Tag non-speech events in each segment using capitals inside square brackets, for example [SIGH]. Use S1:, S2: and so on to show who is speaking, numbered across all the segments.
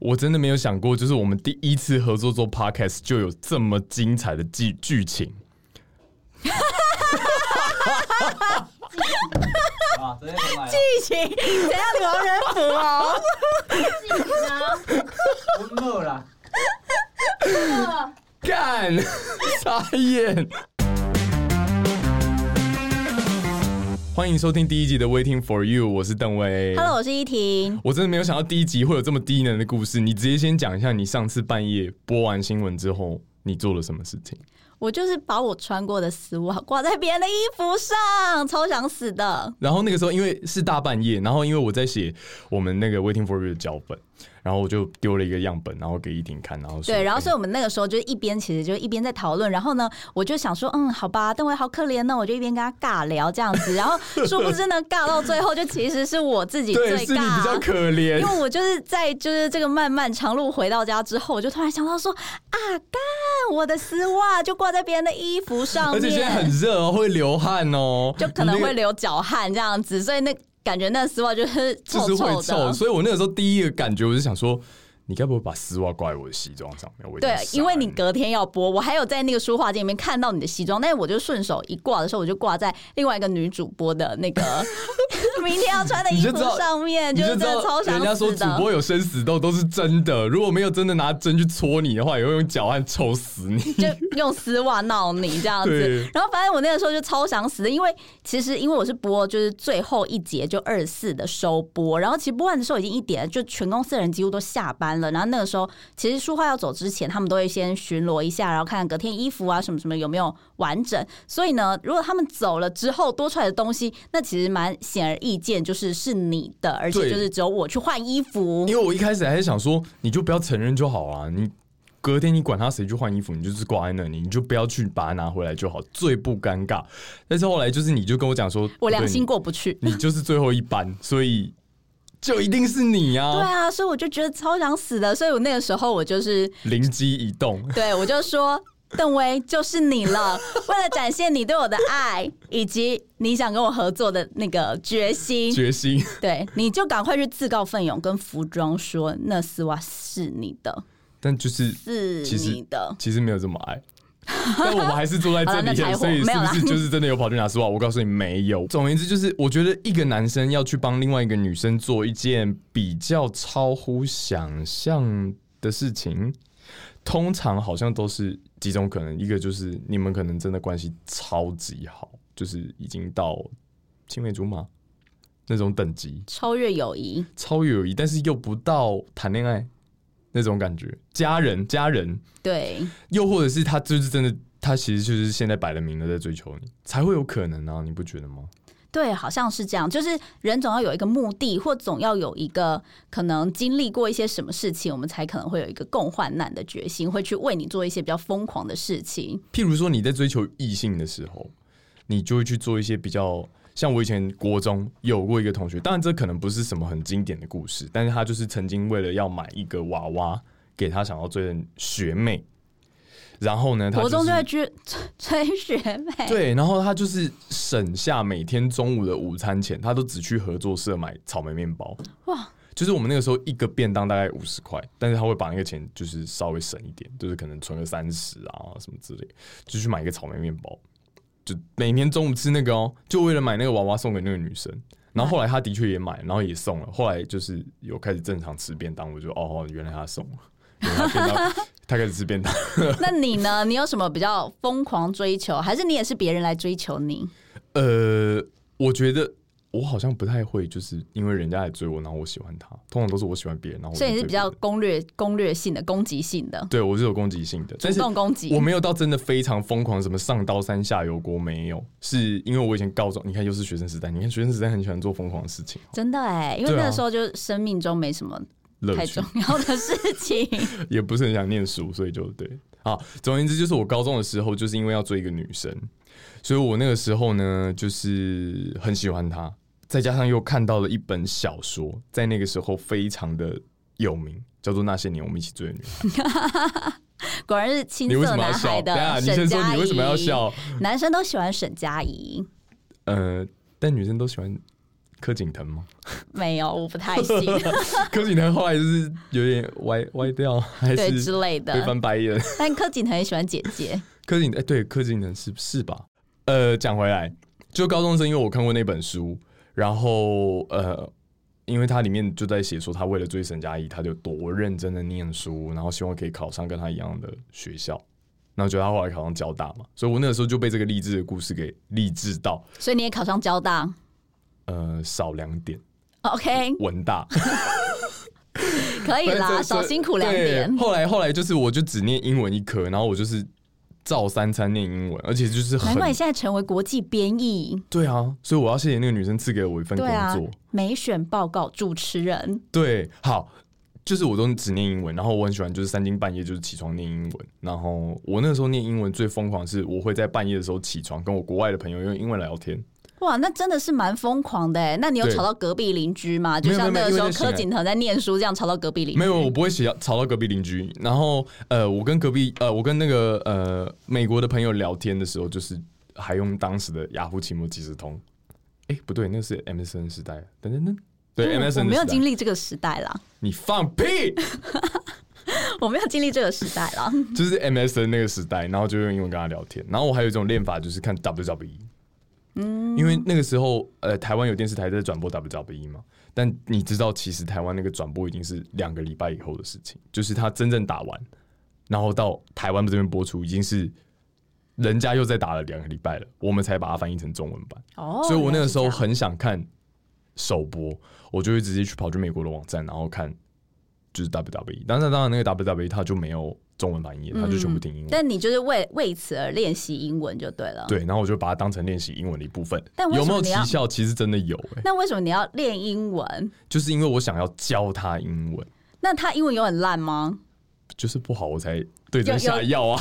S1: 我真的没有想过，就是我们第一次合作做 podcast 就有这么精彩的剧剧情。
S2: 啊，直接重来啊。
S3: 疫情怎样流人服哦？
S2: 我饿了，
S1: 干， [LAUGHS] 傻眼！欢迎收听第一集的《Waiting for You》，我是邓威。
S3: Hello，我是依婷。
S1: 我真的没有想到第一集会有这么低能的故事。你直接先讲一下，你上次半夜播完新闻之后，你做了什么事情？
S3: 我就是把我穿过的丝袜挂在别人的衣服上，超想死的。
S1: 然后那个时候因为是大半夜，然后因为我在写我们那个 Waiting for You 的脚本，然后我就丢了一个样本，然后给依婷看，然后说
S3: 对，然后
S1: 哎
S3: 所以我们那个时候就是一边其实就一边在讨论，然后呢，我就想说，嗯，好吧，邓伟好可怜哦呢，我就一边跟他尬聊这样
S1: [LAUGHS]
S3: 子，然后殊不知呢，尬到最后就其实是我自己
S1: 对
S3: 最
S1: 是你比较
S3: 尬。
S1: 可怜
S3: 因，为我就是在就是这个漫漫长路回到家之后，我就突然想到说啊，干我的丝袜就挂在别人的衣服上面，
S1: 而且现在很热哦，会流汗哦，
S3: 就可能
S1: 你那
S3: 会
S1: 个
S3: 流脚汗这样子，所以那感觉那丝袜就是
S1: 就
S3: 臭
S1: 是会
S3: 臭
S1: 臭，
S3: 的。
S1: 所以我那个时候第一个感觉我就想说，你该不会把丝袜挂在我的西装上面？我已经
S3: 对，因为你
S1: 傻了
S3: 隔天要播，我还有在那个书画间里面看到你的西装，但是我就顺手一挂的时候，我就挂在另外一个女主播的那个 [LAUGHS] 明天要穿的衣
S1: 你就
S3: 服
S1: 知道
S3: 上面，
S1: 你
S3: 是
S1: 就
S3: 真
S1: 知
S3: 的
S1: 道
S3: 超
S1: 人
S3: 想
S1: 家说
S3: 死
S1: 主
S3: 的。
S1: 播有生死斗都是真的，如果没有真的拿针去戳你的话，也会用脚汗抽死你。 [LAUGHS]
S3: 就用丝袜闹你这样子
S1: 对，
S3: 然后反正我那个时候就超想死的，因为其实因为我是播就是最后一节就二十四的收播，然后其实播完的时候已经一点了，就全公司的人几乎都下班了。然后那个时候其实书画要走之前，他们都会先巡逻一下，然后看看隔天衣服啊什么什么有没有完整。所以呢，如果他们走了之后多出来的东西，那其实蛮显而易见，就是是你的，而且
S1: 对
S3: 就是只有我去换衣服。
S1: 因为我一开始还是想说，你就不要承认就好啊，你。隔天你管他谁去换衣服，你就是挂在那里，你就不要去把它拿回来就好，最不尴尬。但是后来就是你就跟我讲说，
S3: 我良
S1: 对
S3: 心过不去。
S1: 你，你就是最后一班， [LAUGHS] 所以就一定是你
S3: 对
S1: 啊！
S3: 啊，所以我就觉得超想死的，所以我那个时候我就是
S1: 灵机一动，
S3: [LAUGHS] 对我就说。邓威就是你 [LAUGHS] 了，为了展现你对我的爱，以及你想跟我合作的那个决心，
S1: 决心。
S3: 对，你就赶快去自告奋勇跟服装说那丝袜是你的，
S1: 但就是
S3: 是
S1: 其实
S3: 你的。
S1: 其实没有这么矮， [LAUGHS] 但我们还是坐在这
S3: 好了那柴
S1: 里，
S3: 火
S1: 所以是
S3: 没有
S1: 不
S3: 啦
S1: 是就是真的有跑去拿丝袜？我告诉你没有。总而言之，就是我觉得一个男生要去帮另外一个女生做一件比较超乎想象的事情，通常好像都是几种可能，一个就是你们可能真的关系超级好，就是已经到青梅竹马那种等级，
S3: 超越友谊，
S1: 超越友谊，但是又不到谈恋爱那种感觉，家人家人。
S3: 对，
S1: 又或者是他就是真的，他其实就是现在摆了明了在追求你，才会有可能啊，你不觉得吗？
S3: 对，好像是这样。就是人总要有一个目的，或总要有一个可能经历过一些什么事情，我们才可能会有一个共患难的决心，会去为你做一些比较疯狂的事情。
S1: 譬如说你在追求异性的时候，你就会去做一些比较像我以前国中有过一个同学，当然这可能不是什么很经典的故事，但是他就是曾经为了要买一个娃娃给他想要追的学妹，然后呢，他
S3: 国中
S1: 是
S3: 就会追追学妹，
S1: 对，然后他就是省下每天中午的午餐钱，他都只去合作社买草莓面包。
S3: 哇！
S1: 就是我们那个时候一个便当大概五十块，但是他会把那个钱就是稍微省一点，就是可能存个三十啊什么之类，就去买一个草莓面包，就每天中午吃那个哦，就为了买那个娃娃送给那个女生。然后后来他的确也买，然后也送了。后来就是有开始正常吃便当，我就哦，原来他送了，原来他便当 [LAUGHS] 他开始吃便当。
S3: [LAUGHS] 那你呢？你有什么比较疯狂追求，还是你也是别人来追求你？
S1: 呃，我觉得我好像不太会，就是因为人家来追我，然后我喜欢他。通常都是我喜欢别人，然后我
S3: 所以你是
S1: 就
S3: 比
S1: 追别
S3: 较
S1: 人
S3: 攻略、攻略性的、攻击性的，
S1: 对我是有攻击性的，
S3: 主
S1: 但是
S3: 动攻击。
S1: 我没有到真的非常疯狂，什么上刀山下油锅没有，是因为我以前高中，你看又是学生时代，你看学生时代很喜欢做疯狂的事情，
S3: 真的哎、因为
S1: 对啊
S3: 那个时候就生命中没什么
S1: 乐
S3: 太
S1: 趣
S3: 重要的事情。 [LAUGHS]
S1: 也不是很想念书，所以就对。好，总而言之，就是我高中的时候，就是因为要追一个女生，所以我那个时候呢，就是很喜欢她，再加上又看到了一本小说，在那个时候非常的有名，叫做《那些年我们一起追的女孩》。
S3: 果然是青
S1: 你为
S3: 涩
S1: 什么要
S3: 男孩
S1: 笑？等一下，
S3: 的
S1: 你
S3: 沈
S1: 先
S3: 佳
S1: 说
S3: 宜。
S1: 你为什么要？笑？
S3: 男生都喜欢沈佳宜，
S1: 呃，但女生都喜欢柯景腾吗？
S3: 没有，我不太
S1: [LAUGHS]
S3: 信，
S1: 柯景腾后来就是有点歪歪掉，还
S3: 对
S1: 是
S3: 之类
S1: 被
S3: 的。
S1: 翻白眼。
S3: 但柯景腾也喜欢姐姐，
S1: 柯景哎、对，柯景腾是是吧？呃，讲回来，就高中生，因为我看过那本书，然后呃，因为它里面就在写说，他为了追沈佳宜，他就多认真的念书，然后希望可以考上跟他一样的学校。然后觉得他后来考上交大嘛，所以我那个时候就被这个励志的故事给励志到，
S3: 所以你也考上交大。
S1: 呃，少两点，
S3: OK，
S1: 文大，
S3: 可以
S1: [LAUGHS]
S3: 啦，少哎辛苦两点
S1: 对。后来后来就是，我就只念英文一科，然后我就是照三餐念英文，而且就是
S3: 难
S1: 很
S3: 怪你现在成为国际编译，
S1: 对啊，所以我要谢谢那个女生赐给我一份工
S3: 对啊
S1: 作。，
S3: 美选报告主持人，
S1: 对，好，就是我都只念英文，然后我很喜欢就是三更半夜就是起床念英文，然后我那时候念英文最疯狂的是我会在半夜的时候起床跟我国外的朋友用英文聊
S3: [LAUGHS]
S1: 天，
S3: 哇，那真的是蛮疯狂的哎。那你有
S1: 对
S3: 吵到隔壁邻居吗？
S1: 没
S3: 就
S1: 有
S3: 像
S1: 没
S3: 那
S1: 有
S3: 个时
S1: 因
S3: 候
S1: 为那醒
S3: 柯
S1: 来
S3: 景腾在念书这样吵到隔壁邻居，
S1: 没有，我不会起吵到隔壁邻居。然后呃，我跟隔壁呃，我跟那个呃美国的朋友聊天的时候，就是还用当时的雅虎奇摩即时通，哎、不对，那是 MSN 时代，啊等等等，对
S3: 因为
S1: MSN 的
S3: 我
S1: 时
S3: 哦我没有
S1: 代
S3: 经历这个时代啦， [LAUGHS]
S1: 你放屁。
S3: 我没有经历这个时代啦。
S1: 就是 MSN 那个时代，然后就用英文跟他聊天。然后我还有一种练法，就是看 WWE。嗯，因为那个时候，呃，台湾有电视台在转播 WWE 嘛，但你知道，其实台湾那个转播已经是两个礼拜以后的事情，就是他真正打完，然后到台湾这边播出，已经是人家又在打了两个礼拜了，我们才把它翻译成中文版。
S3: 哦，
S1: 所以我那
S3: 原来
S1: 个
S3: 是
S1: 时
S3: 这
S1: 候
S3: 样
S1: 很想看首播，我就会直接去跑去美国的网站，然后看就是 WWE。当然，当然那个 WWE 它就没有中文翻译，它就全部听英文。
S3: 嗯但你就是为为此而练习英文就对了。。
S1: 对，然后我就把它当成练习英文的一部分。
S3: 但为什
S1: 有
S3: 么
S1: 没有
S3: 你
S1: 奇
S3: 要
S1: 效？其实真的有、欸，
S3: 那为什么你要练英文？
S1: 就是因为我想要教他英文，
S3: 那他英文有很烂吗？
S1: 就是不好我才对
S3: 有
S1: 症下药啊。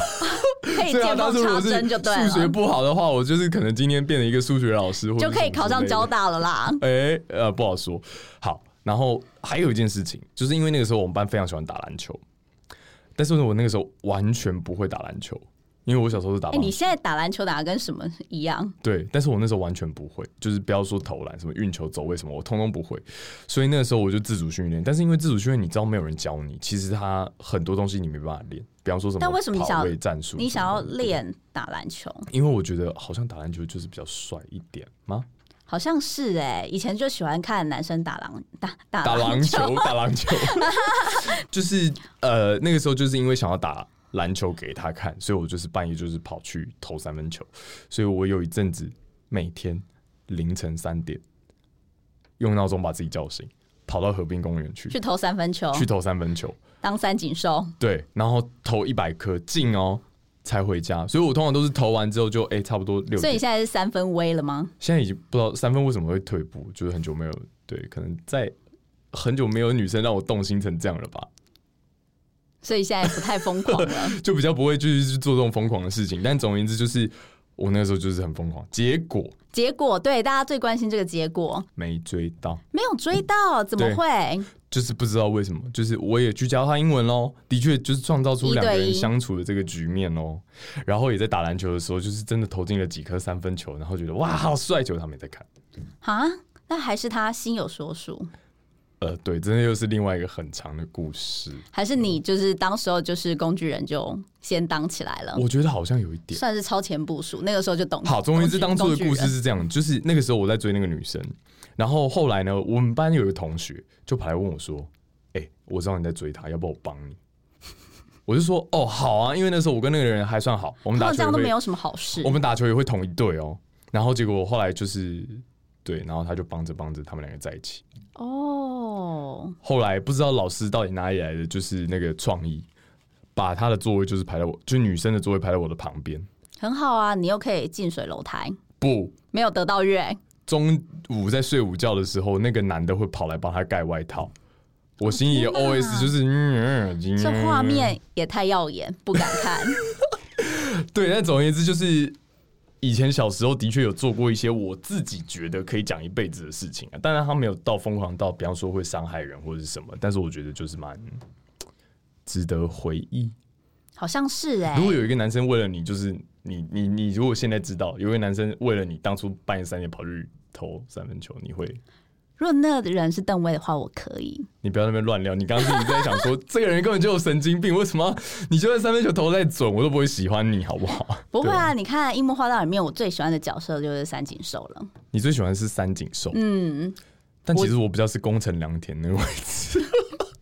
S3: 可
S1: [LAUGHS]
S3: 以
S1: 所以啊，
S3: 见
S1: 当时
S3: 缝
S1: 我
S3: 插
S1: 是
S3: 针就对
S1: 数学
S3: 了，
S1: 不好的话，我就是可能今天变成一个数学老师，或者
S3: 就可以
S1: 什么
S3: 考
S1: 之
S3: 上
S1: 类的
S3: 交大了啦。
S1: 哎、呃，不好说。好，然后还有一件事情，就是因为那个时候我们班非常喜欢打篮球，但是呢，我那个时候完全不会打篮球，因为我小时候是打
S3: 哎、
S1: 棒球，
S3: 你现在打篮球打的跟什么一样？
S1: 对，但是我那时候完全不会，就是不要说投篮、什么运球、走位什么，我通通不会。所以那个时候我就自主训练，但是因为自主训练，你知道没有人教你，其实他很多东西你没办法练，比方说什么
S3: 但为什么你想
S1: 跑位战术，
S3: 你想要？练打篮球，
S1: 因为我觉得好像打篮球就是比较帅一点吗？
S3: 好像是哎、以前就喜欢看男生打篮打打
S1: 打
S3: 篮
S1: 篮球，打篮 [LAUGHS] 球，就是呃，那个时候就是因为想要打篮球给他看，所以我就是半夜就是跑去投三分球，所以我有一阵子每天凌晨三点用闹钟把自己叫醒，跑到河滨公园去
S3: [LAUGHS] 去投三分球，
S1: 去投三分球，
S3: 当三井寿。
S1: 对，然后投一百颗进哦才回家，所以我通常都是投完之后就哎、差不多六
S3: 所
S1: 点
S3: 以你，现在是三分威了吗？
S1: 现在已经不知道三分为什么会退步，就是很久没有对，可能在很久没有女生让我动心成这样了吧。
S3: 所以现在不太疯狂
S1: [LAUGHS]
S3: 了。
S1: 就比较不会去去做这种疯狂的事情。但总而言之，就是我那时候就是很疯狂，结果
S3: 结果对大家最关心这个结果，
S1: 没追到，
S3: 没有追到，怎么
S1: 对
S3: 会？
S1: 就是不知道为什么，就是我也去教他英文喽，的确就是创造出
S3: 一对
S1: 两个人
S3: 一
S1: 相处的这个局面喽。然后也在打篮球的时候，就是真的投进了几颗三分球，然后觉得哇好帅，球他们也在看。
S3: 啊，那还是他心有所属，
S1: 呃，对，真的又是另外一个很长的故事。
S3: 还是你就是当时候就是工具人就先当起来了，
S1: 我觉得好像有一点。
S3: 算是超前部署，那个时候就懂。
S1: 好，总而言之，当
S3: 工具
S1: 初的故
S3: 工具
S1: 事
S3: 人
S1: 是这样，就是那个时候我在追那个女生，然后后来呢，我们班有一个同学就跑来问我说：“哎、我知道你在追她，要不要我帮你？” [LAUGHS] 我就说：“哦，好啊，因为那时候我跟那个人还算好，我们
S3: 他
S1: 打
S3: 们这
S1: 球也
S3: 样都没
S1: 会，
S3: 有什么好事
S1: 我。们打球也会同一队哦。”然后结果后来就是对，然后他就帮着帮着他们两个在一起。
S3: 哦，
S1: 后来不知道老师到底哪里来的，就是那个创意，把他的座位就是排在我，就是女生的座位排在我的旁边。
S3: 很好啊，你又可以近水楼台，
S1: 不，
S3: 没有得到月，
S1: 中午在睡午觉的时候，那个男的会跑来帮他盖外套。我心里的
S3: 哦天哪
S1: OS 就是，嗯，嗯
S3: 这画，面也太耀眼，不敢
S1: [LAUGHS]
S3: 看。
S1: 嗯对。但总而言之，就是以前小时候的确有做过一些我自己觉得可以讲一辈子的事情啊。当然，他没有到疯狂到，比方说会伤害人或者是什么，但是我觉得就是蛮值得回忆。
S3: 好像是哎、
S1: 如果有一个男生为了你，就是你你你，如果现在知道有一个男生为了你，当初半夜三点跑去投三分球，你会
S3: 如果那个人是邓威的话，我可以。
S1: 你不要在那边乱聊，你刚刚自己在想说， [LAUGHS] 这个人根本就有神经病，为什么你就算三分球投再准，我都不会喜欢你，好不好？ [LAUGHS]
S3: 不会啊，你看《樱木花道》里面，我最喜欢的角色就是三井寿了。
S1: 你最喜欢是三井寿，
S3: 嗯，
S1: 但其实我比较是宫城良 [LAUGHS] 田那个位置，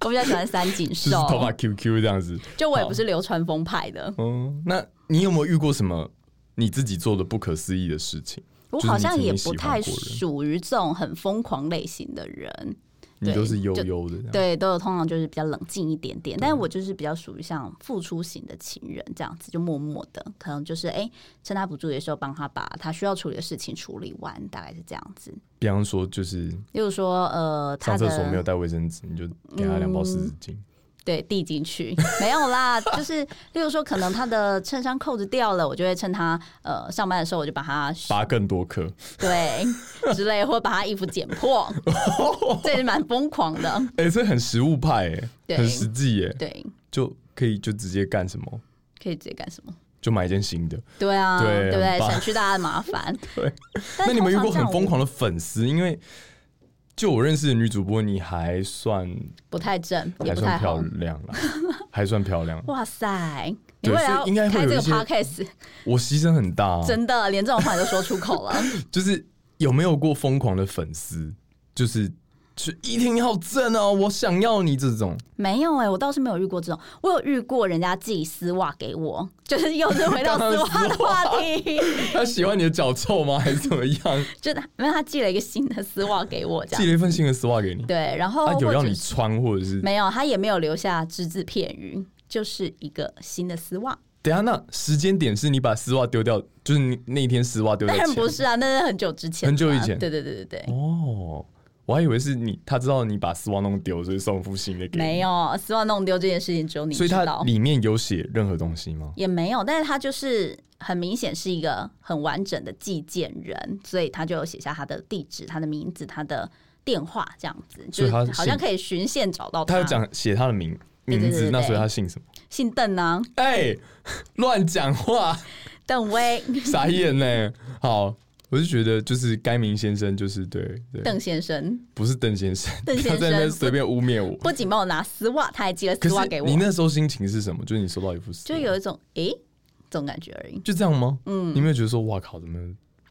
S3: 我比较喜欢三井
S1: [LAUGHS] 就是
S3: 寿，
S1: 头发 QQ 这样子。
S3: 就我也不是流川枫派的，
S1: 嗯，那你有没有遇过什么你自己做的不可思议的事情？
S3: 我
S1: 就是
S3: 好
S1: 你
S3: 像
S1: 曾经
S3: 也不
S1: 喜欢
S3: 太
S1: 过人
S3: 属于这种很疯狂类型的人。
S1: 你
S3: 对
S1: 都是悠
S3: 就
S1: 悠的这样。
S3: 对，都有通常就是比较冷静一点点，但是我就是比较属于像付出型的情人这样子，就默默的，可能就是哎、趁他不注意的时候帮他把他需要处理的事情处理完，大概是这样子。
S1: 比方说，就是
S3: 例如说，呃，他
S1: 上
S3: 的嗯
S1: 厕所没有带卫生纸，你就给他两包湿纸巾。
S3: 对递进去没有啦， [LAUGHS] 就是例如说，可能他的衬衫扣子掉了，我就会趁他呃上班的时候，我就把他
S1: 拔更多颗，
S3: 对之类，或把他衣服剪
S1: [LAUGHS]
S3: 破，这也是蛮疯狂的。
S1: 哎、这很实物派哎、
S3: 对
S1: 很实际耶、
S3: 对，
S1: 就可以就直接干什么，
S3: 可以直接干什么？
S1: 就买一件新的。
S3: 对啊，
S1: 对
S3: 不
S1: 很
S3: 对？
S1: 棒
S3: 省去大家的麻烦。
S1: [LAUGHS] 对
S3: 但
S1: 那你们遇
S3: 通常
S1: 过
S3: 这
S1: 很
S3: 样
S1: 疯狂的粉丝？因为就我认识的女主播，你还算
S3: 不太正，也
S1: 还
S3: 不
S1: 算
S3: 太
S1: 漂
S3: 好。
S1: 亮啦，还算漂亮。
S3: 哇塞！你
S1: 对
S3: 为
S1: 所以
S3: 了要
S1: 应该会
S3: 开
S1: 有
S3: 这
S1: 一
S3: 个
S1: 些
S3: podcast，
S1: 我牺牲很大、啊，
S3: 真的连这种话你都说出
S1: [LAUGHS]
S3: 口了，
S1: 就是有没有过疯狂的粉丝？就是就一定要正哦，我想要你这种。
S3: 没有哎、我倒是没有遇过这种，我有遇过人家寄丝袜给我， [LAUGHS] 就是又是回到丝袜的话
S1: [LAUGHS]
S3: 题，
S1: 他喜欢你的脚臭吗？还是怎么样？
S3: 就是因为他寄了一个新的丝袜给我， [LAUGHS] 这
S1: 寄
S3: 样
S1: 了一份新的丝袜给你，
S3: 对，然后
S1: 他、有
S3: 或
S1: 要
S3: 者
S1: 你
S3: 是
S1: 穿，或者是
S3: 没有，他也没有留下只字片语，就是一个新的丝袜。
S1: 等一下那时间点是你把丝袜丢掉，就是你那天丝袜丢掉
S3: 当
S1: 前
S3: 然不是啊，那是很久之前的啊，
S1: 很久以前
S3: 对对对对对，
S1: 哦，我还以为是你，他知道你把丝袜弄丢，所以送副新的给你。
S3: 没，有丝袜弄丢这件事情只有你
S1: 所
S3: 知
S1: 以它
S3: 道，
S1: 里面有写任何东西吗？
S3: 也没有，但是他就是很明显是一个很完整的寄件人，所以他就有写下他的地址、他的名字、他的电话这样子，
S1: 所
S3: 就
S1: 以
S3: 是
S1: 他是
S3: 好像可以循线找到
S1: 他有讲写他的名
S3: 对
S1: 名
S3: 对
S1: 字，
S3: 对对
S1: 那所以他姓什么？
S3: 姓邓啊，
S1: 哎、乱讲话，
S3: 邓威 [LAUGHS]
S1: 傻眼呢、好，我就觉得就是该名先生，就是对对，
S3: 邓先生，
S1: 不是邓先生，
S3: [LAUGHS] 邓
S1: 不
S3: 先
S1: 要
S3: 生
S1: 在那边随便污蔑我。
S3: 不仅帮我拿丝袜，他还寄了
S1: 可
S3: 丝袜给
S1: 是
S3: 我
S1: 你，那时候心情是什么？就是你收到一副丝袜，
S3: 就有一种诶、这种感觉而已。
S1: 就这样吗？嗯，你有没有觉得说哇靠，怎么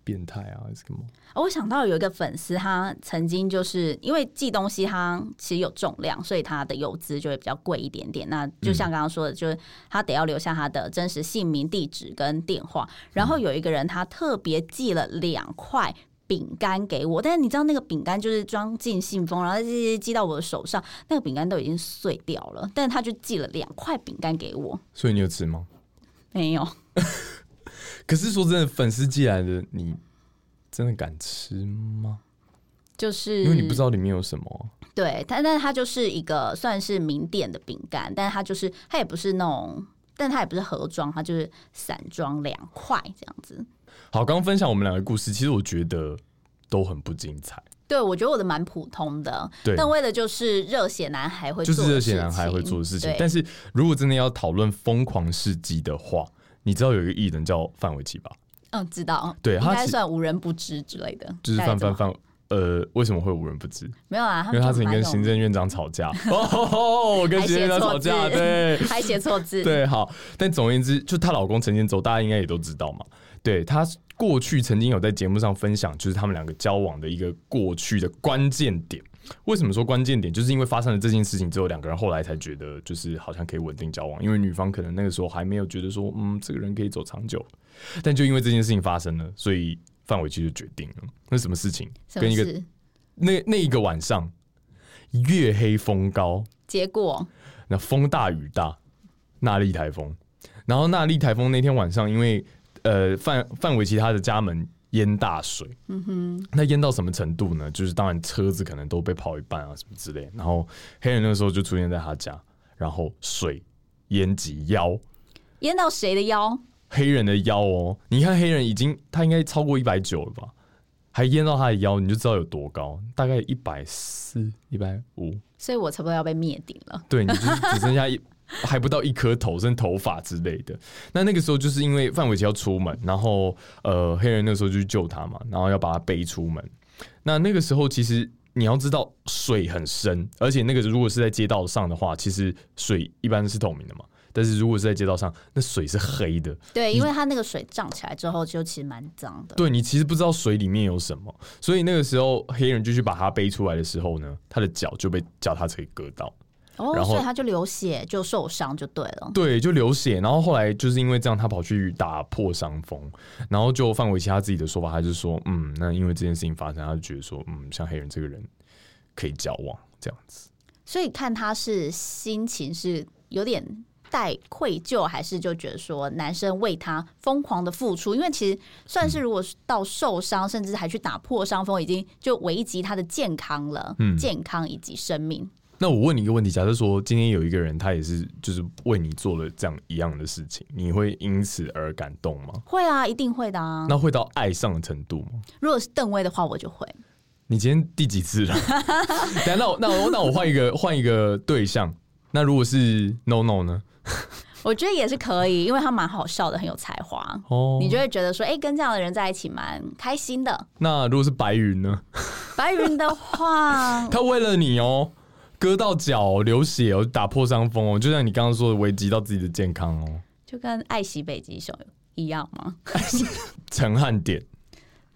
S1: 变态啊，还是干嘛？
S3: 哦，我想到有一个粉丝，他曾经就是因为寄东西，他其实有重量，所以他的邮资就会比较贵一点点。那就
S1: 嗯
S3: 像刚刚说的，就是他得要留下他的真实姓名、地址跟电话。
S1: 嗯
S3: 然后有一个人，他特别寄了两块。饼干给我，但是你知道那个饼干就是装进信封，然后寄寄到我的手上，那个饼干都已经碎掉了，但是他就寄了两块饼干给我，
S1: 所以你有吃吗？
S3: 没有，
S1: 可是说真的，粉丝寄来的你真的敢吃吗？
S3: 就是
S1: 因为你不知道里面有什么啊、
S3: 对，但但它就是一个算是名店的饼干，但它就是它也不是那种，但它也不是盒装，它就是散装两块这样子。
S1: 好，刚刚分享我们两个故事，其实我觉得都很不精彩。
S3: 对，我觉得我的蛮普通的，
S1: 对
S3: 但为了就是热血男孩会
S1: 就
S3: 做的
S1: 是热血男孩会做的事情。但是如果真的要讨论疯狂事迹的话，你知道有一个艺人叫范玮琪吧？
S3: 但嗯，知道，
S1: 对
S3: 应
S1: 他
S3: 该
S1: 其
S3: 算无人不知之类的，
S1: 就是
S3: 大概
S1: 范
S3: 这么
S1: 范范，呃，为什么会无人不知？
S3: 没有啊，啊他
S1: 因为他
S3: 们
S1: 曾
S3: 就
S1: 经
S3: 蛮
S1: 跟
S3: 有
S1: 行
S3: [LAUGHS]
S1: 政院长吵架，哦，我跟
S3: 还
S1: 行政院
S3: 写
S1: 长
S3: 错
S1: 吵架，
S3: 字
S1: 对，
S3: 还写错
S1: [LAUGHS]
S3: 字，
S1: 对，好，但总而言之，就她老公陈建州，大家应该也都知道嘛。对她过去曾经有在节目上分享，就是他们两个交往的一个过去的关键点。为什么说关键点？就是因为发生了这件事情之后，两个人后来才觉得，就是好像可以稳定交往。因为女方可能那个时候还没有觉得说，嗯，这个人可以走长久。但就因为这件事情发生了，所以范玮琪就决定了，那什么事情？
S3: 什么
S1: 跟一个
S3: 事？
S1: 那那一个晚上，月黑风高，
S3: 结果
S1: 那风大雨大，纳莉台风。然后纳莉台风那天晚上，因为呃范范玮琪他的家门淹大水，嗯哼，那淹到什么程度呢？就是当然车子可能都被泡一半啊什么之类。然后黑人那个时候就出现在他家，然后水淹及腰，
S3: 淹到谁的腰？
S1: 黑人的腰哦，你看黑人已经他应该超过一百九了吧，还淹到他的腰，你就知道有多高，大概一百四、一百五。
S3: 所以我差不多要被灭顶了。
S1: 对你就是只剩下一还不到一颗头，剩头发之类的。那那个时候就是因为范玮琪要出门，然后呃黑人那时候就去救他嘛，然后要把他背出门。那那个时候其实你要知道水很深，而且那个如果是在街道上的话，其实水一般是透明的嘛。但是如果是在街道上，那水是黑的，
S3: 对，因为它那个水涨起来之后，就其实蛮脏的。
S1: 对你其实不知道水里面有什么，所以那个时候黑人就去把它背出来的时候呢，他的脚就被脚踏车给割到，
S3: 哦，
S1: 然后
S3: 所以它就流血，就受伤，就对了。
S1: 对，就流血。然后后来就是因为这样，他跑去打破伤风，然后就范玮琪他自己的说法，他就说，嗯，那因为这件事情发生，他就觉得说，嗯，像黑人这个人可以交往这样子。
S3: 所以看他是心情是有点带愧疚，还是就觉得说男生为他疯狂的付出，因为其实算
S1: 嗯
S3: 是如果是到受伤，甚至还去打破伤风，已经就危及他的健康了，
S1: 嗯
S3: 健康以及生命。
S1: 那我问你一个问题，假设说今天有一个人，他也是就是为你做了这样一样的事情，你会因此而感动吗？
S3: 会啊，一定会的啊。
S1: 那会到爱上的程度吗？
S3: 如果是邓威的话，我就会。
S1: 你今天第几次了？ [LAUGHS] 等下，那我那我那我换一个换一个对象。那如果是 No No 呢？
S3: 我觉得也是可以，因为他蛮好笑的，很有才华，
S1: 哦
S3: 你就会觉得说，哎、跟这样的人在一起蛮开心的。
S1: 那如果是白云呢？，
S3: 白云的
S1: [LAUGHS]
S3: 话
S1: 他为了你哦，割到脚流血哦，打破伤风哦，就像你刚刚说的，危及到自己的健康哦。
S3: 就跟爱惜北极熊一样吗？
S1: 陈汉典，
S3: 嗯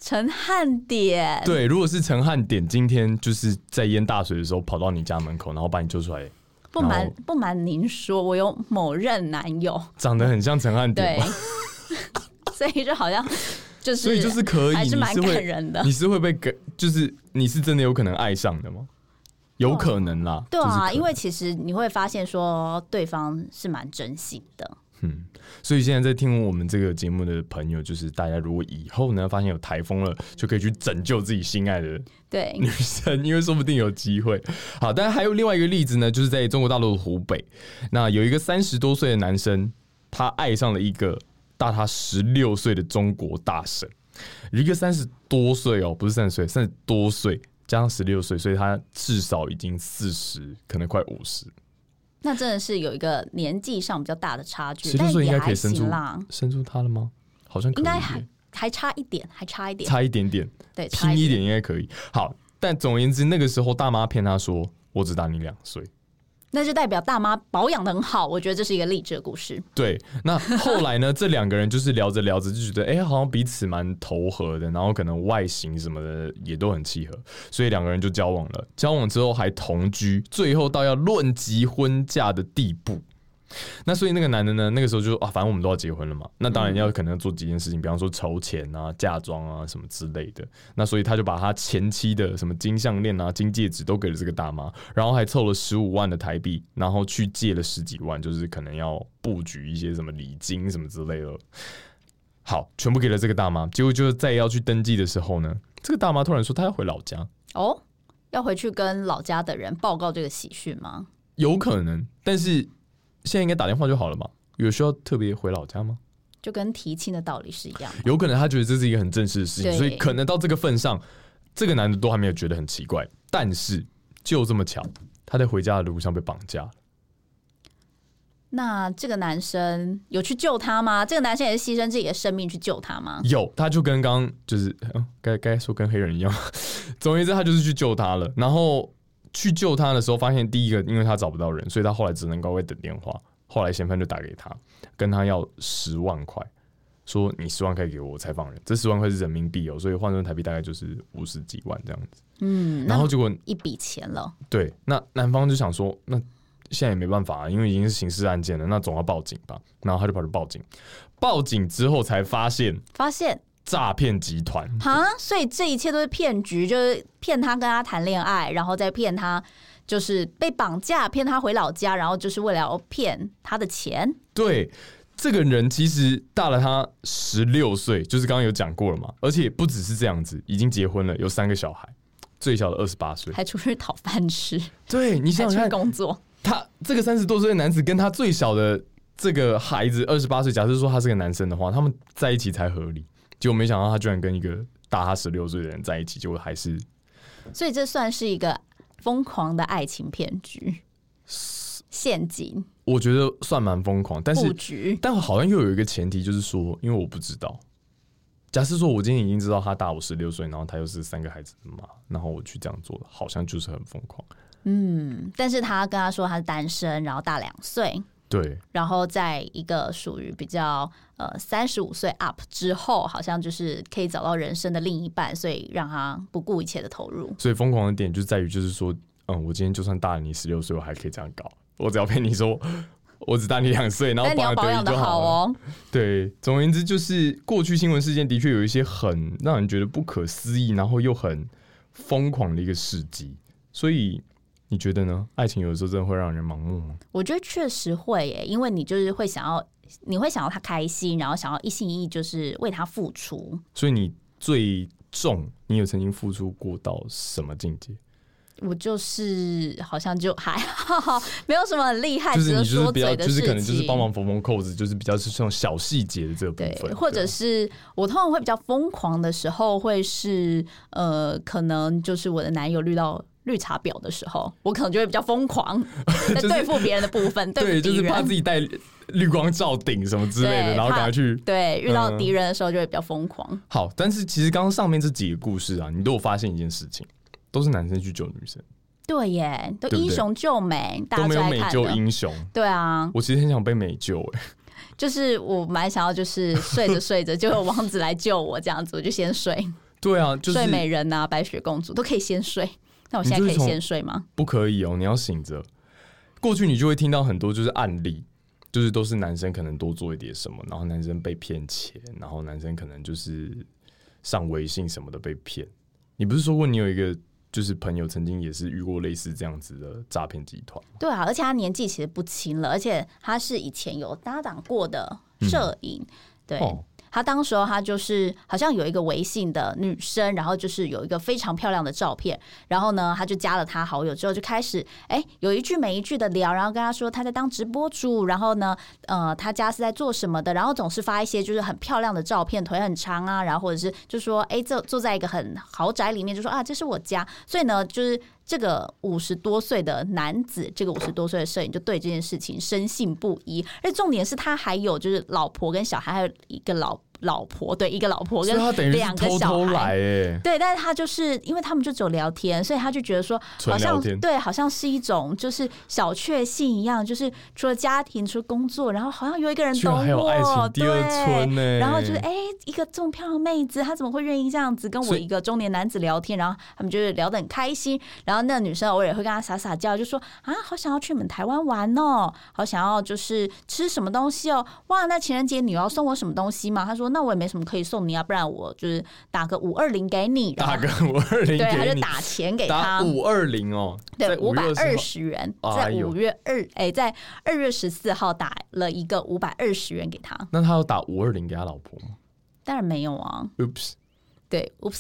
S3: 陈汉典，
S1: 对，如果是陈汉典，今天就是在淹大水的时候跑到你家门口，然后把你救出来，
S3: 不
S1: 然
S3: 瞒
S1: 后
S3: 不瞒您说，我有某任男友，
S1: 长得很像陈汉典
S3: 对
S1: 吧，，
S3: [LAUGHS] 所以就好像就是，
S1: [LAUGHS] 所以就是可以，
S3: 还是
S1: 你
S3: 蛮
S1: 会
S3: 感人的
S1: 你是会被给，就是你是真的有可能爱上的吗？有可能啦，
S3: 对
S1: 就是可
S3: 啊，
S1: 能
S3: 因为其实你会发现说对方是蛮真心的，
S1: 嗯，所以现在在听我们这个节目的朋友，就是大家如果以后呢发现有台风了，就可以去拯救自己心爱的
S3: 对
S1: 女生，因为说不定有机会。好，但还有另外一个例子呢，就是在中国大陆的湖北，那有一个三十多岁的男生，他爱上了一个大他十六岁的中国大婶，一个三十多岁哦，不是三十岁，三十多岁加上十六岁，所以他至少已经四十，可能快五十，
S3: 那真的是有一个年纪上比较大的差距，
S1: 十六
S3: 但
S1: 岁应
S3: 也
S1: 该可
S3: 还
S1: 以生出
S3: 行啦，
S1: 生出他了吗？好像可以
S3: 应该还
S1: 耶，
S3: 还差一点，还差一点，
S1: 差一点点。
S3: 对，差
S1: 拼一
S3: 点。
S1: 点应该可以。好，但总而言之，那个时候大妈骗他说：“我只大你两岁。
S3: 那就代表大妈保养的很好，我觉得这是一个励志的故事。”
S1: 对，那后来呢？这两个人就是聊着聊着就觉得，哎、好像彼此蛮投合的，然后可能外形什么的也都很契合，所以两个人就交往了。交往之后还同居，最后到要论及婚嫁的地步。那所以那个男的呢，那个时候就啊，反正我们都要结婚了嘛，那当然要可能要做几件事情，比方说筹钱啊、嫁妆啊什么之类的。那所以他就把他前妻的什么金项链啊、金戒指都给了这个大妈，然后还凑了十五万的台币，然后去借了十几万，就是可能要布局一些什么礼金什么之类的。好，全部给了这个大妈，结果就是在要去登记的时候呢，这个大妈突然说她要回老家，
S3: 哦，要回去跟老家的人报告这个喜讯吗？
S1: 有可能，但是现在应该打电话就好了吧？有需要特别回老家吗？
S3: 就跟提亲的道理是一样的。
S1: 有可能他觉得这是一个很正式的事情，
S3: 对
S1: 所以可能到这个份上，这个男的都还没有觉得很奇怪。但是就这么巧，他在回家的路上被绑架了。
S3: 那这个男生有去救他吗？这个男生也是牺牲自己的生命去救他吗？
S1: 有，他就跟刚刚就是嗯该该说跟黑人一样， [LAUGHS] 总而言之，他就是去救他了。然后去救他的时候，发现第一个，因为他找不到人，所以他后来只能乖乖等电话。后来嫌犯就打给他，跟他要十万块，说你十万块给我，我才放人。这十万块是人民币哦，所以换算台币大概就是五十几万这样子。
S3: 嗯，
S1: 然后
S3: 那
S1: 结果
S3: 一笔钱了，
S1: 对，那男方就想说，那现在也没办法、啊，因为已经是刑事案件了，那总要报警吧。然后他就跑去报警，报警之后才发现
S3: 发现
S1: 诈骗集团
S3: 哈，所以这一切都是骗局，就是骗他跟他谈恋爱，然后再骗他就是被绑架，骗他回老家，然后就是为了要骗他的钱。
S1: 对。这个人其实大了他十六岁，就是刚刚有讲过了嘛，而且不只是这样子，已经结婚了，有三个小孩，最小的二十八岁。
S3: 还出去讨饭吃，
S1: 对你
S3: 还
S1: 想
S3: 出
S1: 想看，
S3: 去工作，
S1: 他这个三十多岁的男子跟他最小的这个孩子二十八岁，假设说他是个男生的话，他们在一起才合理。结果没想到他居然跟一个大他十六岁的人在一起，结果还是
S3: 所以这算是一个疯狂的爱情骗局、陷阱
S1: 我觉得算蛮疯狂，但
S3: 布
S1: 是
S3: 局。
S1: 但好像又有一个前提，就是说，因为我不知道，假设说我今天已经知道他大我十六岁，然后他又是三个孩子的妈，然后我去这样做，好像就是很疯狂。
S3: 嗯，但是他跟他说他是单身，然后大两岁，
S1: 对，
S3: 然后在一个属于比较呃三十五岁 up 之后，好像就是可以找到人生的另一半，所以让他不顾一切的投入。
S1: 所以疯狂的点就在于，就是说，嗯，我今天就算大了你十六岁，我还可以这样搞，我只要骗你说。我只大你两岁，然后
S3: 但你要
S1: 保
S3: 保
S1: 养
S3: 养
S1: 得
S3: 的
S1: 好
S3: 好
S1: 了。
S3: 哦，
S1: 对，总而言之，就是过去新闻事件的确有一些很让人觉得不可思议，然后又很疯狂的一个事迹。所以你觉得呢？爱情有的时候真的会让人盲目吗？
S3: 我觉得确实会耶，因为你就是会想要，你会想要他开心，然后想要一心一意就是为他付出。
S1: 所以你最重，你有曾经付出过到什么境界？
S3: 我就是好像就还好，没有什么很厉害，
S1: 就是你就
S3: 只
S1: 是
S3: 说
S1: 比较，
S3: 嘴的
S1: 就
S3: 事
S1: 是
S3: 情。
S1: 可能就是帮忙缝缝扣子，就是比较是这种小细节的这个部
S3: 对
S1: 分，，
S3: 或者
S1: 对啊
S3: 是我通常会比较疯狂的时候，会是呃，可能就是我的男友绿到绿茶婊的时候，我可能就会比较
S1: [LAUGHS]
S3: 疯狂在对付别人的部分，
S1: 对，
S3: 付
S1: 就
S3: 敌
S1: 是怕
S3: 人
S1: 自。己带绿光罩顶什么之类的，
S3: 对
S1: 然后赶快
S3: 怕
S1: 去
S3: 对，遇到
S1: 嗯
S3: 敌人的时候就会比较疯狂。
S1: 好，但是其实刚刚上面这几个故事啊，你都有发现一件事情，都是男生去救女生，
S3: 对耶，都
S1: 对不对
S3: 英雄救美，大
S1: 都
S3: 家
S1: 没
S3: 最
S1: 有
S3: 爱
S1: 美
S3: 看
S1: 救
S3: 的。
S1: 英雄。
S3: 对啊，
S1: 我其实很想被美救、欸，
S3: 就是我蛮想要，就是睡着睡着就有王子来救我这样子，我就先睡，
S1: 对啊，就是
S3: 睡美人啊，白雪公主都可以先睡。那我
S1: 你
S3: 现在
S1: 就
S3: 可
S1: 是
S3: 以
S1: 从
S3: 先睡吗？
S1: 不可以哦、你要醒着。过去你就会听到很多就是案例，就是都是男生可能多做一点什么，然后男生被骗钱，然后男生可能就是上微信什么的被骗。你不是说过你有一个就是朋友曾经也是遇过类似这样子的诈骗集团吗？
S3: 对啊，而且他年纪其实不轻了，而且他是以前有搭档过的摄影。对，
S1: 哦，
S3: 他当时候他就是好像有一个微信的女生，然后就是有一个非常漂亮的照片，然后呢，他就加了她好友之后就开始哎有一句没一句的聊，然后跟他说他在当直播主，然后呢，呃，他家是在做什么的，然后总是发一些就是很漂亮的照片，腿很长啊，然后或者是就说哎这坐在一个很豪宅里面，就说啊这是我家，所以呢就是。这个五十多岁的男子，这个五十多岁的摄影就对这件事情深信不疑，而且重点是他还有就是老婆跟小孩，还有一个老老婆，对，一个老婆
S1: 所
S3: 跟
S1: 以他等于是
S3: 两个
S1: 偷
S3: 小
S1: 偷
S3: 孩
S1: 来、。欸，
S3: 对，但是他就是因为他们就只有聊天，所以他就觉得说，
S1: 纯
S3: 好
S1: 聊
S3: 像
S1: 天
S3: 对，好像是一种就是小确幸一样，就是除了家庭，除了工作，然后好像有一个人
S1: 哎居
S3: 懂
S1: 然还有
S3: 我，
S1: 爱情第二
S3: 对。
S1: 春呢、
S3: 然后就是哎、一个这么漂亮的妹子，她怎么会愿意这样子跟
S1: 所
S3: 我
S1: 以
S3: 一个中年男子聊天？然后他们就是聊得很开心。然后那个女生偶尔也会跟他撒撒娇，就说啊，好想要去你们台湾玩哦，好想要就是吃什么东西哦。哇，那情人节你要送我什么东西吗？他说那我也没什么可以送你啊，不然我就是打个五二零给你。然
S1: [LAUGHS] [LAUGHS]
S3: 后
S1: 打个五二零
S3: 对，他
S1: 给
S3: 就
S1: 你，
S3: 打钱给
S1: 打
S3: 他，
S1: 五二零哦，
S3: 对，
S1: 在
S3: 五
S1: 5
S3: 百
S1: 月
S3: 二
S1: 20号
S3: 十元，
S1: 哎
S3: 在
S1: 呦
S3: 五月二哎，在二月十四号打了一个五百二十元给他，
S1: 那他要打五二零给他老婆吗
S3: 当然没有啊，
S1: ？Oops，
S3: 对，oops，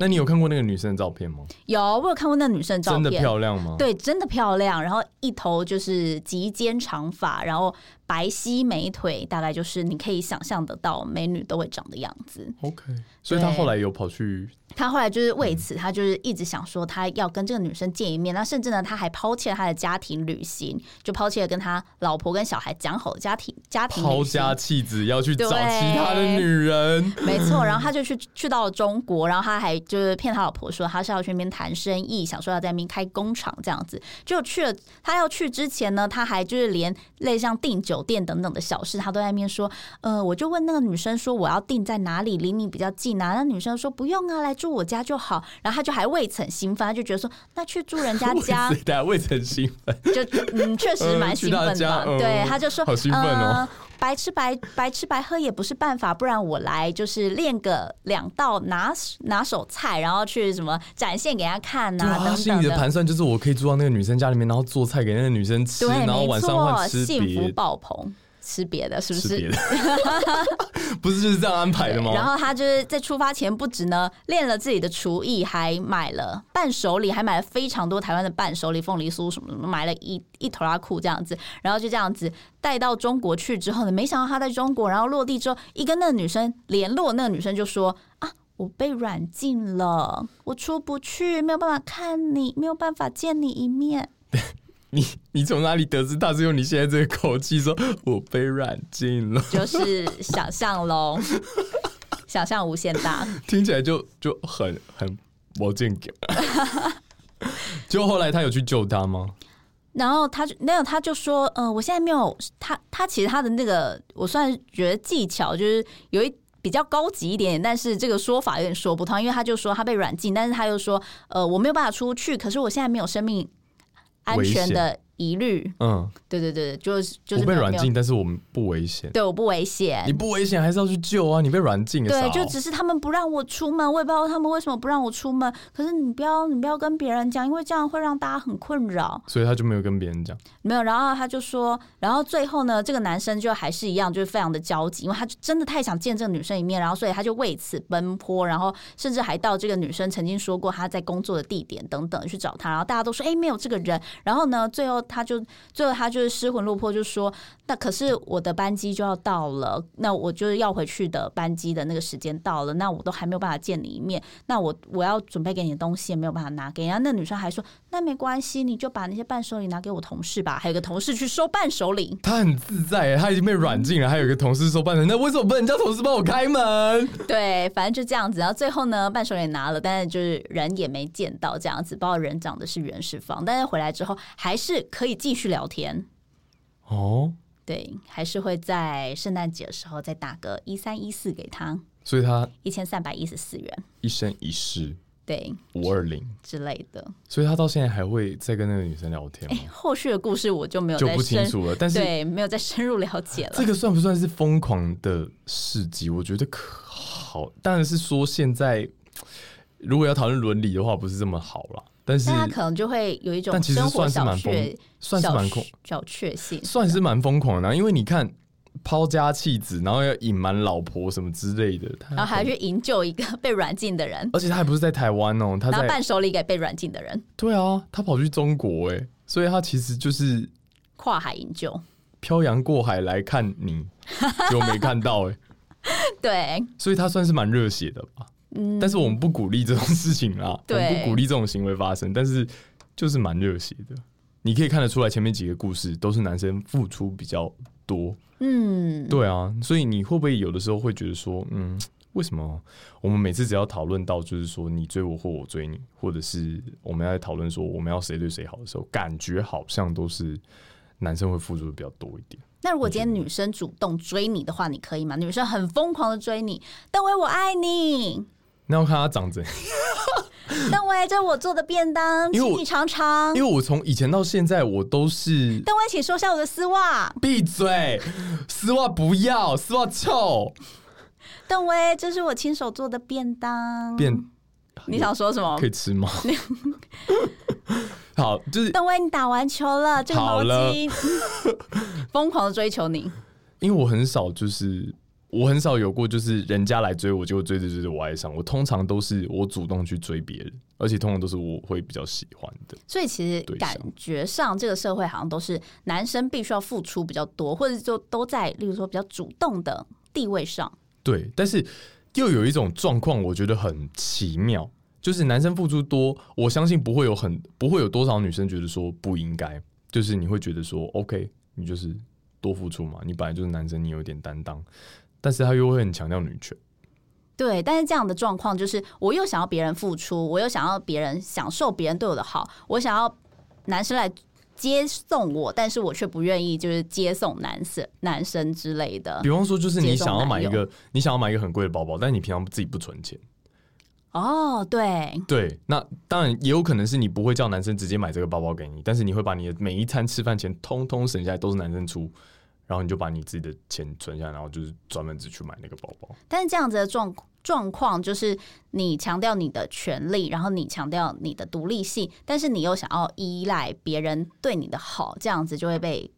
S1: 那你有看过那个女生的照片吗？
S3: 有我有看过那女生照
S1: 真的
S3: 片。
S1: 漂亮吗？，
S3: 对，真的漂亮。然后一头就是及肩长发，然后白皙美腿，大概就是你可以想象得到美女都会长的样子。
S1: ，OK。所以他
S3: 对
S1: 后来有跑去，
S3: 他后来就是为
S1: 嗯
S3: 此，他就是一直想说他要跟这个女生见一面。那甚至呢，他还抛弃了他的家庭旅行，就抛弃了跟他老婆跟小孩讲好的家庭家庭
S1: 抛
S3: 旅行
S1: 家弃子，要去找
S3: 对
S1: 其他的女人。
S3: 没错，然后他就去去到了中国，然后他还就是骗他老婆说他是要去那边谈生意，想说要在那边开工厂这样子。就去了，他要去之前呢，他还就是连类似像订酒店等等的小事，他都在那边说，呃，我就问那个女生说我要订在哪里，离你比较近啊？那女生说不用啊，来住我家就好。然后他就还未曾兴奋，他就觉得说那去住
S1: [LAUGHS]
S3: 人家家
S1: 我也是大家未曾兴
S3: [LAUGHS]
S1: 奋，
S3: 就嗯，确实蛮兴奋的吧。
S1: 嗯去他家嗯
S3: 对，他就说，
S1: 好兴奋哦
S3: 呃白吃白白吃白喝也不是办法，不然我来就是练个两道拿拿手菜，然后去什么展现给他看呐、
S1: 他
S3: 啊等
S1: 啊心
S3: 等
S1: 里的
S3: 的。
S1: 盘算就是我可以住到那个女生家里面，然后做菜给那个女生吃，
S3: 对，
S1: 然后
S3: 没
S1: 晚上
S3: 错，
S1: 换吃
S3: 幸福
S1: 别
S3: 爆棚，吃别的是不
S1: 吃
S3: 是
S1: 别？的， [LAUGHS] 不是就是这样安排的吗？
S3: 然后他就是在出发前，不止呢练了自己的厨艺，还买了伴手礼，还买了非常多台湾的伴手礼，凤梨酥什么什么，买了一一头拉裤这样子，然后就这样子带到中国去之后呢，没想到他在中国，然后落地之后，一跟那个女生联络，那个女生就说啊。我被软禁了，我出不去，没有办法看你，没有办法见你一面。
S1: 你你从哪里得知他是用你现在这个口气说“我被软禁了 [LAUGHS]
S3: 就是想象喽。 [LAUGHS] 想象无限大。
S1: 听起来就就很很魔镜感。 [LAUGHS] 就后来他有去救他吗？
S3: 然后他就没有，他就说，呃，我现在没有他，他其实他的那个，我算是觉得技巧就是有一比较高级一点点，但是这个说法有点说不通，因为他就说他被软禁，但是他又说，呃，我没有办法出去，可是我现在没有生命安全的疑虑，
S1: 嗯，
S3: 对对对，就是就是
S1: 我被
S3: 没有
S1: 软，
S3: 没
S1: 禁，
S3: 有
S1: 但是我们不危险。
S3: 对，我不危险
S1: 你，不危险还是要去救啊！你被软禁了，
S3: 对，
S1: 傻
S3: 就
S1: 哦
S3: 只是他们不让我出门，我也不知道他们为什么不让我出门，可是你不要你不要跟别人讲，因为这样会让大家很困扰。
S1: 所以他就没有跟别人讲。
S3: 没有，然后他就说，然后最后呢，这个男生就还是一样，就是非常的焦急，因为他就真的太想见这个女生一面，然后所以他就为此奔波，然后甚至还到这个女生曾经说过他在工作的地点等等去找他，然后大家都说哎没有这个人，然后呢，最后他就最后他就是失魂落魄，就说那可是我的班机就要到了，那我就是要回去的班机的那个时间到了，那我都还没有办法见你一面，那我我要准备给你的东西也没有办法拿给你，然后那女生还说那没关系，你就把那些伴手礼拿给我同事吧。还有个同事去收伴手礼，
S1: 他很自在耶，他已经被软禁了，还有一个同事说半成，那为什么不能叫同事帮我开门？
S3: 对，反正就这样子。然啊后最后呢，伴手礼拿了，但是就是人也没见到，这样子，不知道人长的是原始方，但是回来之后还是可以继续聊天。
S1: 哦，
S3: 对，还是会在圣诞节的时候再打个一三一四给他，
S1: 所以他
S3: 一千三百一十四元，
S1: 一生一世
S3: 对
S1: 五二零，
S3: 之类的。
S1: 所以他到现在还会再跟那个女生聊天吗？
S3: 后续的故事哎我就没有
S1: 就
S3: 再
S1: 不清
S3: 深
S1: 楚了。但是
S3: 对，没有再深入了解了。
S1: 这个算不算是疯狂的事迹？我觉得可好，当然是说现在如果要讨论伦理的话，不是这么好啦。但是
S3: 但他可能就会有一种
S1: 但其实
S3: 生活
S1: 算是
S3: 小
S1: 蛮疯
S3: 确
S1: 算是
S3: 小
S1: 蛮恐，
S3: 小确幸，
S1: 算是蛮疯狂的啊、因为你看抛家弃子，然后要隐瞒老婆什么之类的，他
S3: 然后还要去营救一个被软禁的人，
S1: 而且他还不是在台湾哦， [LAUGHS] 他
S3: 然后
S1: 在
S3: 伴手礼给被软禁的人，
S1: 对啊，他跑去中国哎、所以他其实就是
S3: 跨海营救。 [LAUGHS]
S1: 漂洋过海来看你，结果没看到哎、
S3: 对，
S1: 所以他算是蛮热血的
S3: [LAUGHS]
S1: 吧。但是我们不鼓励这种事情啦，我
S3: 嗯对
S1: 们不鼓励这种行为发生，但是就是蛮热血的。你可以看得出来，前面几个故事都是男生付出比较多，
S3: 嗯，
S1: 对啊，所以你会不会有的时候会觉得说，嗯，为什么我们每次只要讨论到就是说你追我或我追你，或者是我们要讨论说我们要谁对谁好的时候，感觉好像都是男生会付出的比较多一点。
S3: 那如果今天女生主动追你的话，你可以吗？女生很疯狂的追你，邓威，我爱
S1: [LAUGHS]
S3: 你，
S1: 那要看他长怎样，
S3: 邓威，这是我做的便当，
S1: 因为
S3: 请
S1: 我
S3: 你尝尝。
S1: 因为我从以前到现在我都是
S3: 邓威，请收下我的丝袜。
S1: 闭嘴！ [LAUGHS] 丝袜不要，丝袜臭。
S3: 邓威，这是我亲手做的便当。
S1: 变
S3: 你想说什么
S1: 可？以吃吗？好，就是
S3: 邓威，你打完球了，这个
S1: 好
S3: 毛
S1: 了
S3: 巾 [LAUGHS] 疯狂的追求你。
S1: 因为我很少，就是我很少有过，就是人家来追我，结果追着追着我爱上。我通常都是我主动去追别人，而且通常都是我会比较喜欢的。
S3: 所以其实
S1: 对
S3: 感
S1: 象
S3: 觉上，这个社会好像都是男生必须要付出比较多，或者就都在，例如说比较主动的地位上。
S1: 对，但是又有一种状况，我觉得很奇妙，就是男生付出多，我相信不会有很不会有多少女生觉得说不应该，就是你会觉得说 OK，你就是多付出嘛，你本来就是男生，你有一点担当，但是他又会很强调女权，
S3: 对，但是这样的状况就是，我又想要别人付出，我又想要别人享受别人对我的好，我想要男生来接送我，但是我却不愿意就是接送男生男生之类的
S1: 比。方说就是你
S3: 呃接送
S1: 想要买
S3: 男
S1: 一
S3: 友
S1: 个你想要买一个很贵的包包，但你平常自己不存钱。
S3: 哦，对，
S1: 对，那当然也有可能是你不会叫男生直接买这个包包给你，但是你会把你的每一餐吃饭钱通通省下来，都是男生出，然后你就把你自己的钱存下来，然后就是专门只去买那个包包。
S3: 但是这样子的状状况就是，你强调你的权利，然后你强调你的独立性，但是你又想要依赖别人对你的好，这样子就会被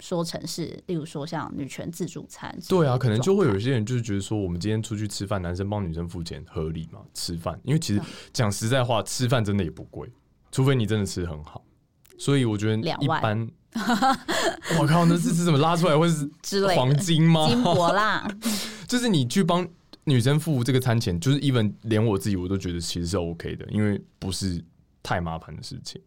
S3: 说成是，例如说像女权自助餐之类的状态。
S1: 对啊，可能就会有一些人就是觉得说，我们今天出去吃饭，男生帮女生付钱合理嘛？吃饭，因为其实
S3: 嗯
S1: 讲实在话，吃饭真的也不贵，除非你真的吃很好。所以我觉得
S3: 两
S1: 一
S3: 万
S1: 般，我靠，那是是怎么拉出来会是
S3: 之类的
S1: 黄金啊吗？
S3: 金箔啦，
S1: 就是你去帮女生付这个餐钱，就是 even 连我自己我都觉得其实是 OK 的，因为不是太麻烦的事情。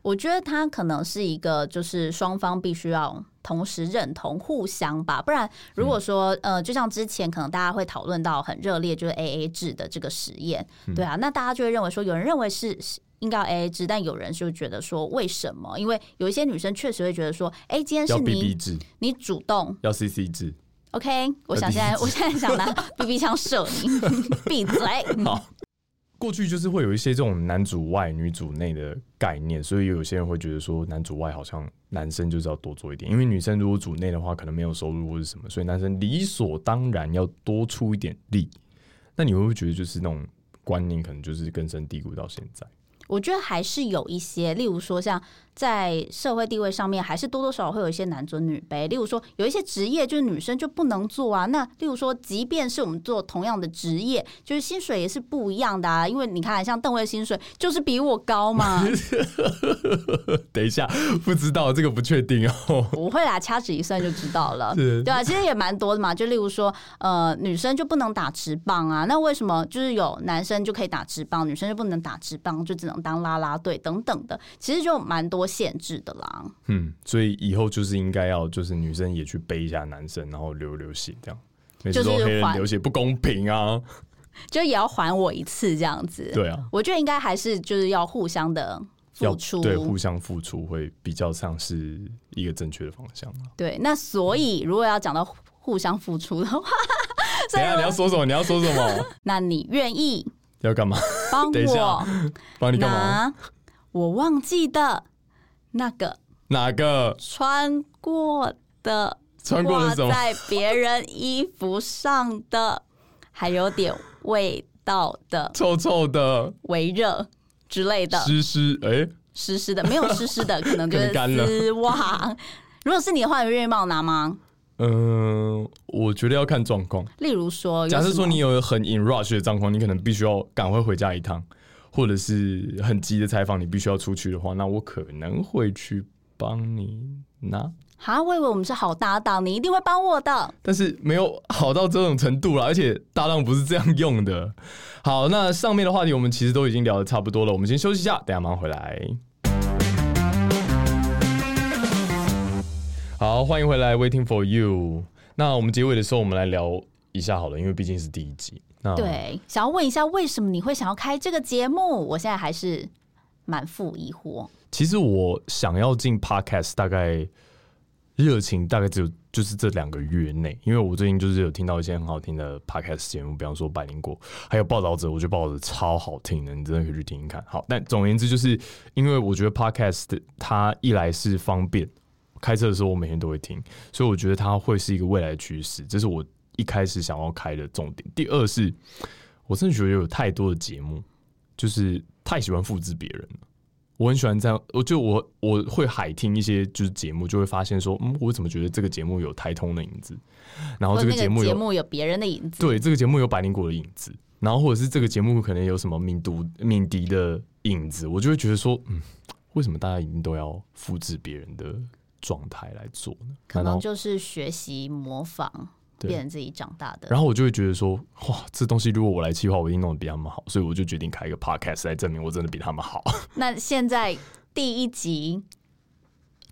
S3: 我觉得它可能是一个就是双方必须要同时认同，互相吧。不然，
S1: 嗯
S3: 如果说、呃，就像之前可能大家会讨论到很热烈，就是 A A 制的这个实验，
S1: 嗯
S3: 对啊，那大家就会认为说，有人认为是是应该要 A A 制，但有人就觉得说，为什么？因为有一些女生确实会觉得说，哎，今天是
S1: 要 B
S3: 你
S1: B 制，
S3: 你主动
S1: 要 C C 制。
S3: ，OK，我想现在我现在想拿 BB 枪射你， [LAUGHS] 闭嘴。
S1: [LAUGHS] 好，过去就是会有一些这种男主外女主内的概念，所以有些人会觉得说男主外好像男生就是要多做一点，因为女生如果主内的话，可能没有收入或是什么，所以男生理所当然要多出一点力。那你会不会觉得就是那种观念可能就是根深蒂固到现在？
S3: 我觉得还是有一些，例如说像在社会地位上面，还是多多少少会有一些男尊女卑。例如说，有一些职业就是女生就不能做啊。那例如说，即便是我们做同样的职业，就是薪水也是不一样的啊。因为你看，像邓威的薪水就是比我
S1: [LAUGHS]
S3: 高嘛，
S1: 等一下，不知道这个不确定哦。
S3: 不会啦，掐指一算就知道了。
S1: 是
S3: 对啊，其实也蛮多的嘛。就例如说，呃，女生就不能打直棒啊，那为什么就是有男生就可以打直棒，女生就不能打直棒，就只能当啦啦队等等的？其实就蛮多限制的啦。
S1: 嗯，所以以后就是应该要就是女生也去背一下男生，然后流流血这样。每次
S3: 就是
S1: 说黑人
S3: 还
S1: 流血不公平啊，
S3: 就也要还我一次这样子。
S1: 对啊，
S3: 我觉得应该还是就是要互相的
S1: 要
S3: 付出。
S1: 对互相付出会比较像是一个正确的方向啊。
S3: 对那所以如果要讲到互互相付出的话， [LAUGHS] 所
S1: 等
S3: 以
S1: 一下你要
S3: 我
S1: 说什么？你要说什么？
S3: [LAUGHS] 那你愿意
S1: 要干嘛？
S3: 帮
S1: 等一下
S3: 我
S1: 帮你干嘛？
S3: 拿我忘记的那个
S1: 哪个
S3: 穿过的
S1: 穿过了什 [LAUGHS]
S3: 挂
S1: 么？
S3: 在别人衣服上的，还有点味道的
S1: 臭臭的，
S3: 微热之类的。
S1: 湿湿，哎、
S3: 湿湿的，没有湿
S1: [LAUGHS]
S3: 湿的，可能就是
S1: 可能干了
S3: 丝袜。如果是你的话，你愿意帮我拿吗？
S1: 嗯、我觉得要看状况。
S3: 例如说，有
S1: 假设
S3: 什
S1: 说
S3: 么
S1: 你有很 in rush 的状况，你可能必须要赶快回家一趟，或者是很急的采访，你必须要出去的话，那我可能会去帮你拿，
S3: 哈，我以为我们是好搭档，你一定会帮我的。
S1: 但是没有好到这种程度啦，而且搭档不是这样用的。好，那上面的话题我们其实都已经聊得差不多了，我们先休息一下，等一下马上回来。好，欢迎回来，Waiting for you。那我们结尾的时候，我们来聊一下好了，因为毕竟是第一集。那
S3: 对，想要问一下，为什么你会想要开这个节目？我现在还是满腹疑惑。
S1: 其实我想要进 podcast，大概热情大概只有就是这两个月内，因为我最近就是有听到一些很好听的 podcast 节目，比方说《百灵果》，还有《报道者》，我觉得《报道者》超好听的，你真的可以去听听看。好，但总而言之，就是因为我觉得 podcast 它一来是方便，开车的时候我每天都会听，所以我觉得它会是一个未来趋势，这是我一开始想要开的重点。第二是，我真的觉得有太多的节目，就是太喜欢复制别人了。我很喜欢这样，我就我我会海听一些就是节目，就会发现说，嗯，我怎么觉得这个节目有台通的影子，然后
S3: 或
S1: 哦这个
S3: 者那
S1: 节
S3: 个
S1: 目
S3: 节
S1: 有
S3: 目有别人的影子，
S1: 对，这个节目有百灵果的影子，然后或者是这个节目可能有什么敏毒敏迪的影子，我就会觉得说，嗯，为什么大家一定都要复制别人的状态来做呢？
S3: 可
S1: 难
S3: 能
S1: 道
S3: 就是学习模仿，
S1: 对
S3: 变成自己长大的。
S1: 然后我就会觉得说，哇，这东西如果我来计划，我一定弄得比他们好，所以我就决定开一个 podcast 来证明我真的比他们好， [LAUGHS]
S3: 那现在第一集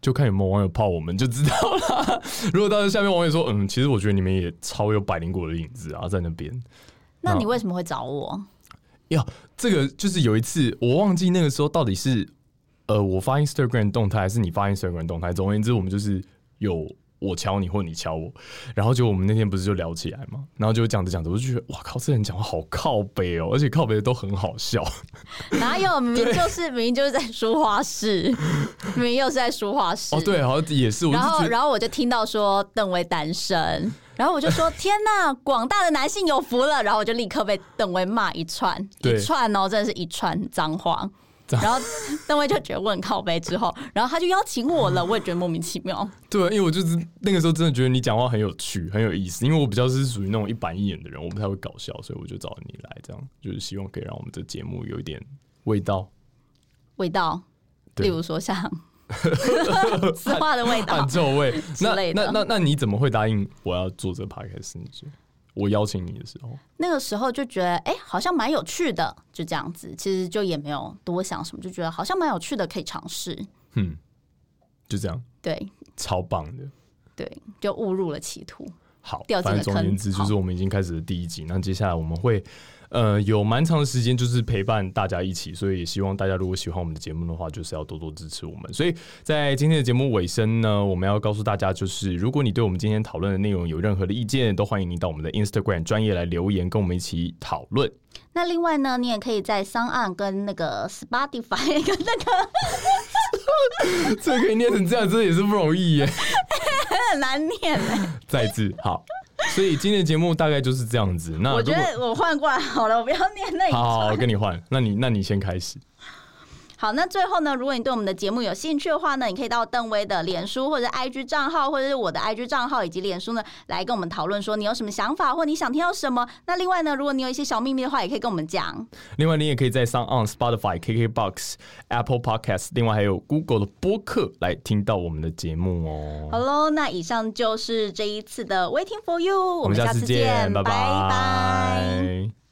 S1: 就看有没有网友泡我们就知道啦。 [LAUGHS] 如果到时候下面网友说，嗯，其实我觉得你们也超有百灵果的影子啊，在那边，
S3: 那
S1: 那
S3: 你为什么会找我？
S1: 呀，这个就是有一次，我忘记那个时候到底是呃我发 Instagram 动态，还是你发 Instagram 动态。总而言之，我们就是有我敲你，或你敲我，然后就我们那天不是就聊起来嘛，然后就讲着讲着，我就觉得哇靠，这人讲话好靠北哦，而且靠北的都很好
S3: [LAUGHS]
S1: 笑。
S3: 哪有？明明就是明明就是在说
S1: [LAUGHS]
S3: 话室，明明又是在说话室。
S1: 哦，对，好像也是，我就
S3: 然
S1: 觉
S3: 后，
S1: 得
S3: 然后我就听到说邓威单身，然后我就说天呐，广大的男性有福了。然后我就立刻被邓威骂一串，
S1: 对
S3: 一串哦，真的是一串脏话。
S1: 脏 [LAUGHS]
S3: 然后邓威就觉得我很靠背，之后，然后他就邀请我了，我也觉得莫名其妙。
S1: 对，因为我就是那个时候真的觉得你讲话很有趣，很有意思，因为我比较是属于那种一板一眼的人，我不太会搞笑，所以我就找你来，这样就是希望可以让我们这节目有一点味道。
S3: 味道，
S1: 对
S3: 例如说
S1: [LAUGHS]
S3: 像丝袜的味道
S1: 汗，臭
S3: [LAUGHS]
S1: 味那
S3: 类
S1: 那
S3: 的
S1: 那那你怎么会答应我要做这个 podcast？你觉得我邀请你的时候，
S3: 那个时候就觉得哎、好像蛮有趣的，就这样子。其实就也没有多想什么，就觉得好像蛮有趣的，可以尝试。
S1: 嗯，就这样，
S3: 对，
S1: 超棒的。
S3: 对，就误入了歧途。
S1: 好
S3: 掉，进
S1: 反
S3: 了
S1: 正总而言之，
S3: 坑
S1: 就是我们已经开始了第一集。那接下来我们会呃有蛮长的时间，就是陪伴大家一起，所以也希望大家如果喜欢我们的节目的话，就是要多多支持我们。所以在今天的节目尾声呢，我们要告诉大家，就是如果你对我们今天讨论的内容有任何的意见，都欢迎你到我们的 Instagram 专业来留言，跟我们一起讨论。
S3: 那另外呢，你也可以在商岸跟那个 Spotify [LAUGHS] 跟那个
S1: 这个可以念成这样，真的也是不容易
S3: [LAUGHS]
S1: 耶。
S3: 很难念欸、
S1: 再一次好，所以今天的节目大概就是这样子。那
S3: 我
S1: 如
S3: 觉
S1: 果
S3: 得哎我换过来好了，我不要念那一
S1: 好好好，
S3: 串
S1: 我。跟你换，那你那你先开始。
S3: 好，那最后呢，如果你对我们的节目有兴趣的话呢，你可以到邓威的脸书或者 IG 账号，或者是我的 IG 账号以及脸书呢，来跟我们讨论说你有什么想法，或你想听到什么。那另外呢，如果你有一些小秘密的话，也可以跟我们讲。
S1: 另外，你也可以在 Sound On、Spotify、KKBox、Apple Podcast，另外还有 Google 的播客来听到我们的节目
S3: 好
S1: 哦。
S3: 喽，那以上就是这一次的 Waiting for You，我
S1: 我们
S3: 们
S1: 下
S3: 下
S1: 次
S3: 次
S1: 见，
S3: 见，
S1: 拜
S3: 拜拜
S1: 拜